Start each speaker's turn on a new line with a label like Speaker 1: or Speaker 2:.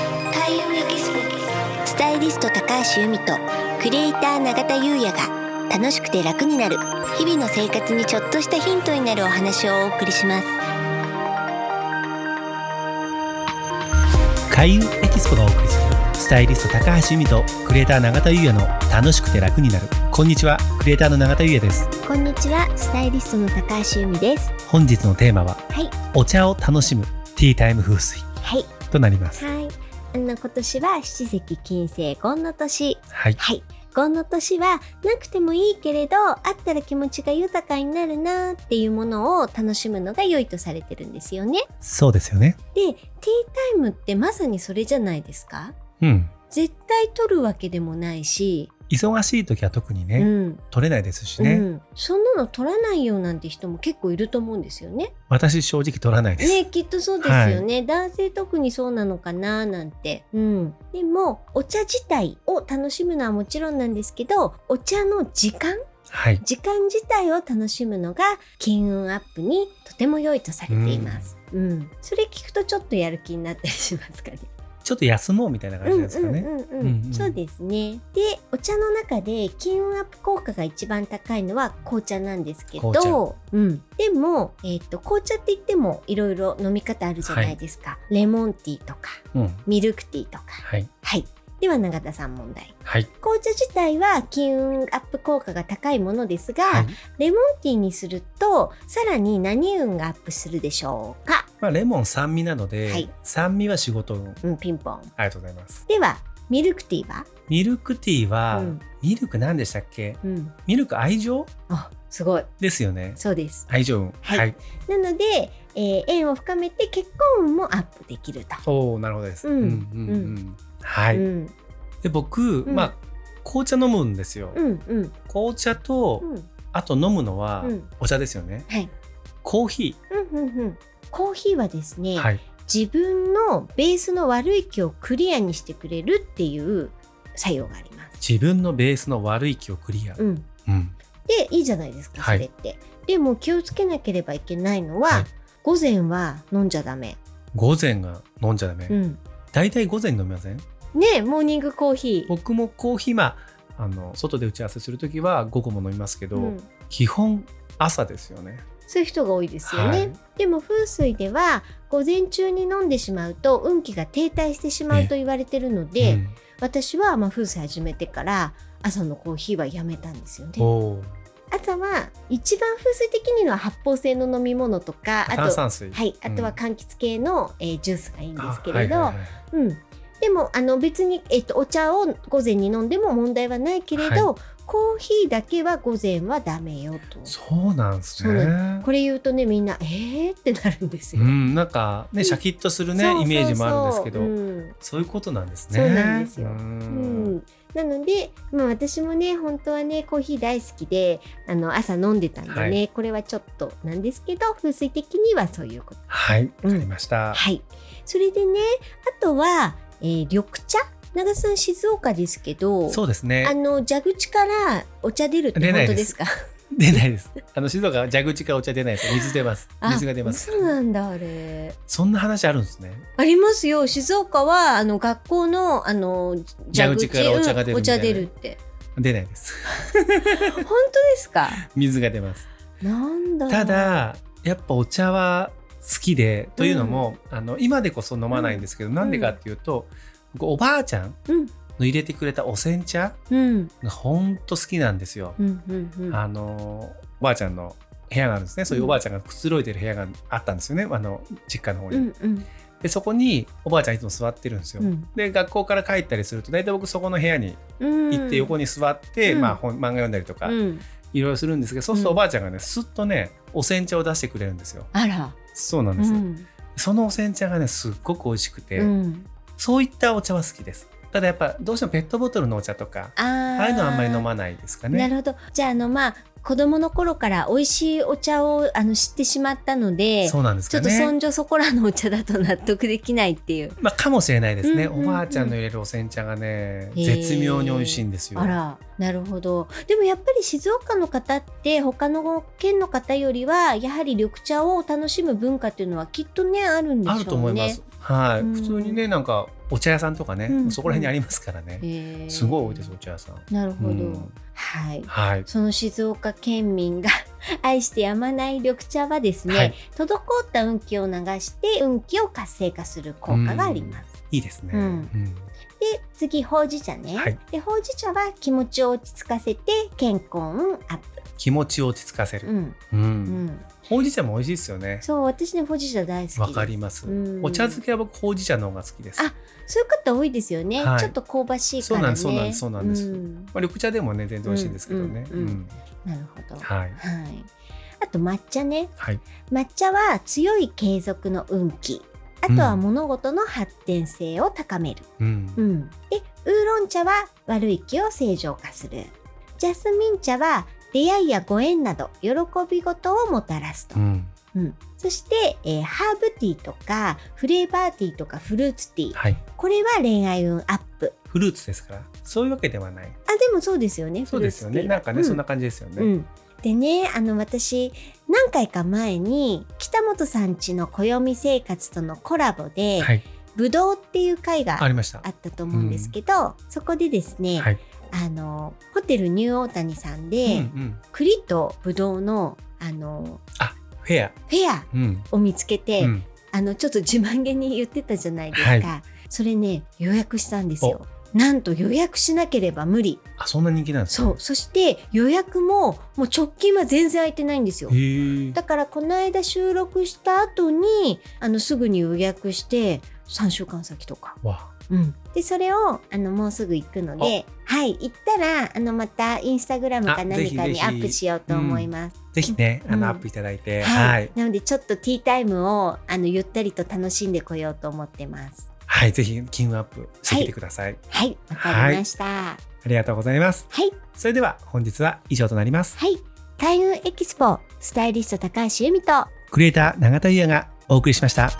Speaker 1: 上由紀子スタイリスト高橋由美とクリエイター永田優也が楽しくて楽になる日々の生活にちょっとしたヒントになるお話をお送りします
Speaker 2: 開運エキスポがお送りするスタイリスト高橋由美とクリエイター永田優也の楽しくて楽になるこんにちはクリエイターの永田優也です
Speaker 1: こんにちはスタイリストの高橋由美です
Speaker 2: 本日のテーマは
Speaker 1: はい
Speaker 2: お茶を楽しむティータイム風水
Speaker 1: はい
Speaker 2: となります
Speaker 1: はいあの今年は七石金星権の年
Speaker 2: はい
Speaker 1: はい権の年はなくてもいいけれどあったら気持ちが豊かになるなっていうものを楽しむのが良いとされてるんですよね
Speaker 2: そうですよね
Speaker 1: で、ティータイムってまさにそれじゃないですか
Speaker 2: うん
Speaker 1: 絶対取るわけでもないし、
Speaker 2: 忙しい時は特にね、
Speaker 1: うん、
Speaker 2: 取れないですし
Speaker 1: う
Speaker 2: ね、
Speaker 1: ん、そんなの取らないよなんて人も結構いると思うんですよね。
Speaker 2: 私正直取らないです、
Speaker 1: ね、きっとそうですよね。男性特にそうなのかななんて。うん。でも、お茶自体を楽しむのはもちろんなんですけど、お茶の時間
Speaker 2: はい
Speaker 1: 時間自体を楽しむのが金運アップにとても良いとされています。うん、それ聞くとちょっとやる気になったりしますかね。
Speaker 2: ちょっと休もうみたいな感じなんですかね、
Speaker 1: うんうんうんう
Speaker 2: うん
Speaker 1: ん
Speaker 2: うん
Speaker 1: そうですね。でお茶の中で金運アップ効果が一番高いのは紅茶なんですけ
Speaker 2: 紅
Speaker 1: ど、うん、でも、えっと紅茶って言ってもいろいろ飲み方あるじゃないですか、レモンティーとか
Speaker 2: うん
Speaker 1: ミルクティーとか
Speaker 2: はい
Speaker 1: はい。では永田さん問題。
Speaker 2: はい、
Speaker 1: 紅茶自体は金運アップ効果が高いものですが、
Speaker 2: はい
Speaker 1: レモンティーにするとさらに何運がアップするでしょうか、
Speaker 2: まあ、レモン酸味なので、
Speaker 1: はい
Speaker 2: 酸味は仕事運
Speaker 1: うん、ピンポン。
Speaker 2: ありがとうございます
Speaker 1: ではミルクティーは、
Speaker 2: ミルクティーは、
Speaker 1: うん
Speaker 2: ミルク何でしたっけ
Speaker 1: うん、
Speaker 2: ミルク愛情
Speaker 1: あすごい
Speaker 2: ですよね
Speaker 1: そうです。
Speaker 2: 愛情運
Speaker 1: は
Speaker 2: はいい、
Speaker 1: なので、えー縁を深めて結婚運もアップできると。
Speaker 2: おおなるほどです、
Speaker 1: うん
Speaker 2: うんうんうんはい、
Speaker 1: うん
Speaker 2: で僕、
Speaker 1: ん
Speaker 2: まあ紅茶飲むんですよ、
Speaker 1: うんうん
Speaker 2: 紅茶と、
Speaker 1: うん
Speaker 2: あと飲むのは、
Speaker 1: うん
Speaker 2: お茶ですよね
Speaker 1: はい
Speaker 2: コーヒ
Speaker 1: うんうんうんコーヒーはですね、
Speaker 2: ー、はい、
Speaker 1: 自分のベースの悪い気をクリアにしてくれるっていう作用があります。
Speaker 2: 自分のベースの悪い気をクリア、
Speaker 1: うん、
Speaker 2: うん
Speaker 1: でいいじゃないですかそ
Speaker 2: はい
Speaker 1: れって。でも気をつけなければいけないのは、
Speaker 2: はい
Speaker 1: 午前は飲んじゃダメ。
Speaker 2: 午前が飲んじゃダメ、
Speaker 1: うん、
Speaker 2: だいたい午前飲みません
Speaker 1: ねモーニングコーヒー。
Speaker 2: 僕もコーヒーまああの外で打ち合わせするときは午後も飲みますけど、
Speaker 1: うん
Speaker 2: 基本朝ですよね
Speaker 1: そういう人が多いですよね。
Speaker 2: はい
Speaker 1: でも風水では午前中に飲んでしまうと運気が停滞してしまうと言われてるので、
Speaker 2: うん
Speaker 1: 私はまあ風水始めてから朝のコーヒーはやめたんですよね。
Speaker 2: おー
Speaker 1: 朝は一番風水的にのは発泡性の飲み物とかあ
Speaker 2: 炭
Speaker 1: と,、
Speaker 2: 酸水
Speaker 1: はい、あとは
Speaker 2: うん
Speaker 1: 柑橘系の、えージュースがいいんですけれど、
Speaker 2: あはいはいはい
Speaker 1: うん、でもあの別に、えっとお茶を午前に飲んでも問題はないけれど、コーヒーだけは午前はダメよと。
Speaker 2: そうなんです
Speaker 1: そう
Speaker 2: ね
Speaker 1: これ言うとねみんな「えー?」ってなるんですよ。
Speaker 2: うん、なんかね、シャキッとするね、
Speaker 1: そうそうそう
Speaker 2: イメージもあるんですけど、
Speaker 1: うん
Speaker 2: そういうことなんですね。
Speaker 1: そうなんですよ
Speaker 2: う
Speaker 1: うんんなので、まあ、私もね本当はねコーヒー大好きであの朝飲んでたんでね、
Speaker 2: は
Speaker 1: これはちょっとなんですけど風水的にはそういうこと。
Speaker 2: はい、わか
Speaker 1: うん
Speaker 2: りました。
Speaker 1: はい、それでねあとは、えー緑茶長さん静岡ですけど
Speaker 2: そうです
Speaker 1: あ
Speaker 2: ね。
Speaker 1: の蛇口からお茶出るって
Speaker 2: 出な
Speaker 1: 本
Speaker 2: い
Speaker 1: 当
Speaker 2: です
Speaker 1: ですか
Speaker 2: 出ないです。あの静岡は蛇口からお茶出ないです。水出ます。
Speaker 1: あ
Speaker 2: 水が出ます。
Speaker 1: そうなんだあれ
Speaker 2: そんな話あるんですね。
Speaker 1: ありますよ静岡はあの学校のあの
Speaker 2: 蛇口からお茶が出るみたいな
Speaker 1: うんお茶出るって
Speaker 2: 出ないです。
Speaker 1: 本当ですか
Speaker 2: 水が出ます。
Speaker 1: なんだろう
Speaker 2: ただ、やっぱお茶は好きで、というのも、あの今でこそ飲まないんですけど、な、んでかっていうと、僕おばあちゃん
Speaker 1: うん
Speaker 2: の入れてくれたお煎茶
Speaker 1: うん
Speaker 2: がほんと好きなんですよ。
Speaker 1: うんうんうん
Speaker 2: あのおばあちゃんの部屋があるんですねそういうおばあちゃんがくつろいでる部屋があったんですよねあの実家の方に、
Speaker 1: うんうん
Speaker 2: でそこにおばあちゃんいつも座ってるんですよ、
Speaker 1: うん
Speaker 2: で学校から帰ったりすると大体僕そこの部屋に
Speaker 1: うん
Speaker 2: 行って横に座って、
Speaker 1: うん
Speaker 2: まあ、本漫画読んだりとか
Speaker 1: うん
Speaker 2: いろいろするんですけどそうす
Speaker 1: う
Speaker 2: ると
Speaker 1: ん
Speaker 2: おばあちゃんがねすっとねお煎茶を出してくれるんですよ
Speaker 1: あら
Speaker 2: そうなん
Speaker 1: う
Speaker 2: ですよ、
Speaker 1: ん
Speaker 2: そのお煎茶がねすっごく美味しくて、
Speaker 1: うん
Speaker 2: そういったお茶は好きですただやっぱどうしてもペットボトルのお茶とか
Speaker 1: あ
Speaker 2: ああいうのはあんまり飲
Speaker 1: ない
Speaker 2: まないですか
Speaker 1: な
Speaker 2: ね
Speaker 1: るほどじゃああのまあ子供の頃から美味しいお茶をあの知ってしまったので、
Speaker 2: そうなんです
Speaker 1: ちょ
Speaker 2: か
Speaker 1: っとそ
Speaker 2: ね。
Speaker 1: んじょそこらのお茶だと納得できないっていう。
Speaker 2: まあ、かもしれないですね、
Speaker 1: うんうんうん
Speaker 2: おばあちゃんの入れるお煎茶がね、
Speaker 1: へー
Speaker 2: 絶妙に美味しいんですよ。
Speaker 1: あら、なるほど。でもやっぱり静岡の方って他の県の方よりはやはり緑茶を楽しむ文化っていうのはきっとねあるんでしょうね。
Speaker 2: あると思います。。はい、
Speaker 1: うん
Speaker 2: 普通にね、なんかお茶屋さんとかね、
Speaker 1: うん
Speaker 2: そこら辺にありますからね。すごい多いです、お茶屋さん。
Speaker 1: なるほど。
Speaker 2: うん
Speaker 1: はい。
Speaker 2: はい。
Speaker 1: その静岡県民が 愛してやまない緑茶はですね、
Speaker 2: はい
Speaker 1: 滞った運気を流して運気を活性化する効果があります。
Speaker 2: いいですね。
Speaker 1: うん
Speaker 2: うん
Speaker 1: で次ほうじ茶ね、
Speaker 2: はい
Speaker 1: でほうじ茶は気持ちを落ち着かせて健康運アッ
Speaker 2: 気持ちを落ち着かせ
Speaker 1: プ、
Speaker 2: る。
Speaker 1: うん
Speaker 2: うん
Speaker 1: うん、
Speaker 2: ほうじ茶も美味しいですよね。
Speaker 1: そう私ねほうじ茶大好きです
Speaker 2: わかります、
Speaker 1: うん
Speaker 2: お茶漬けは僕ほうじ茶の方が好きです。
Speaker 1: あ
Speaker 2: ま
Speaker 1: そういう方多いですよね、
Speaker 2: はい
Speaker 1: ちょっと香ばしいからね
Speaker 2: そうなんですそうなんですそう
Speaker 1: うん
Speaker 2: あ、緑茶でもね、全然美味しいんですけどね。
Speaker 1: うんうんなるほど、は
Speaker 2: はい。
Speaker 1: い、あと抹茶ね
Speaker 2: はい。
Speaker 1: 抹茶は強い継続の運気あとは
Speaker 2: うん
Speaker 1: 物事の発展性を高める、
Speaker 2: うん。
Speaker 1: うんでウーロン茶は悪い気を正常化するジャスミン茶は出会いやご縁など喜び事をもたらすと、
Speaker 2: うん
Speaker 1: うんそして、えーハーブティーとかフレーバーティーとかフルーツティー
Speaker 2: はい。
Speaker 1: これは恋愛運アップ
Speaker 2: フルーツですから、そういうわけではない。
Speaker 1: あでもそうですよね
Speaker 2: そうですよ
Speaker 1: フ
Speaker 2: ね。
Speaker 1: ルーツティー
Speaker 2: なんかね、
Speaker 1: う
Speaker 2: そんな感じですよね。
Speaker 1: うん、でねあの私何回か前に北本さんちの暦生活とのコラボで、
Speaker 2: はい。
Speaker 1: ぶどうっていう会が
Speaker 2: ありました。
Speaker 1: あったと思うんですけど、そこでですね、
Speaker 2: はい
Speaker 1: あのホテルニューオータニさん
Speaker 2: うん
Speaker 1: で、
Speaker 2: うん。
Speaker 1: 栗とぶどうのあの
Speaker 2: フェア。
Speaker 1: フェア
Speaker 2: うん。
Speaker 1: を見つけて、
Speaker 2: うん
Speaker 1: あのちょっと自慢げに言ってたじゃないですか、
Speaker 2: はい
Speaker 1: それね予約したんですよ。なんと予約しなければ無理
Speaker 2: あ、そんな人気なんです
Speaker 1: そ
Speaker 2: ね
Speaker 1: う。そして予約ももう直近は全然空いてないんですよ
Speaker 2: へ。ー
Speaker 1: だからこの間収録した後にあのすぐに予約して3週間先とか、
Speaker 2: わ
Speaker 1: うん、でそれをあのもうすぐ行くのではい行ったらあのまたインスタグラムか
Speaker 2: あぜ
Speaker 1: 何
Speaker 2: ひ
Speaker 1: か
Speaker 2: ぜ
Speaker 1: に
Speaker 2: ひ
Speaker 1: アップしようと思います、
Speaker 2: ぜひね、あ
Speaker 1: うん
Speaker 2: のアップいただいて、
Speaker 1: は
Speaker 2: はいい、
Speaker 1: なのでちょっとティータイムをあのゆったりと楽しんでこようと思ってます
Speaker 2: はい、ぜひ金運アップしてみてください。
Speaker 1: はいわかりましたは
Speaker 2: ありがとうございます。
Speaker 1: い
Speaker 2: それでは本日は以上となります。
Speaker 1: はい開運エキスポスタイリスト高橋由美と
Speaker 2: クリエイター永田優也がお送りしました。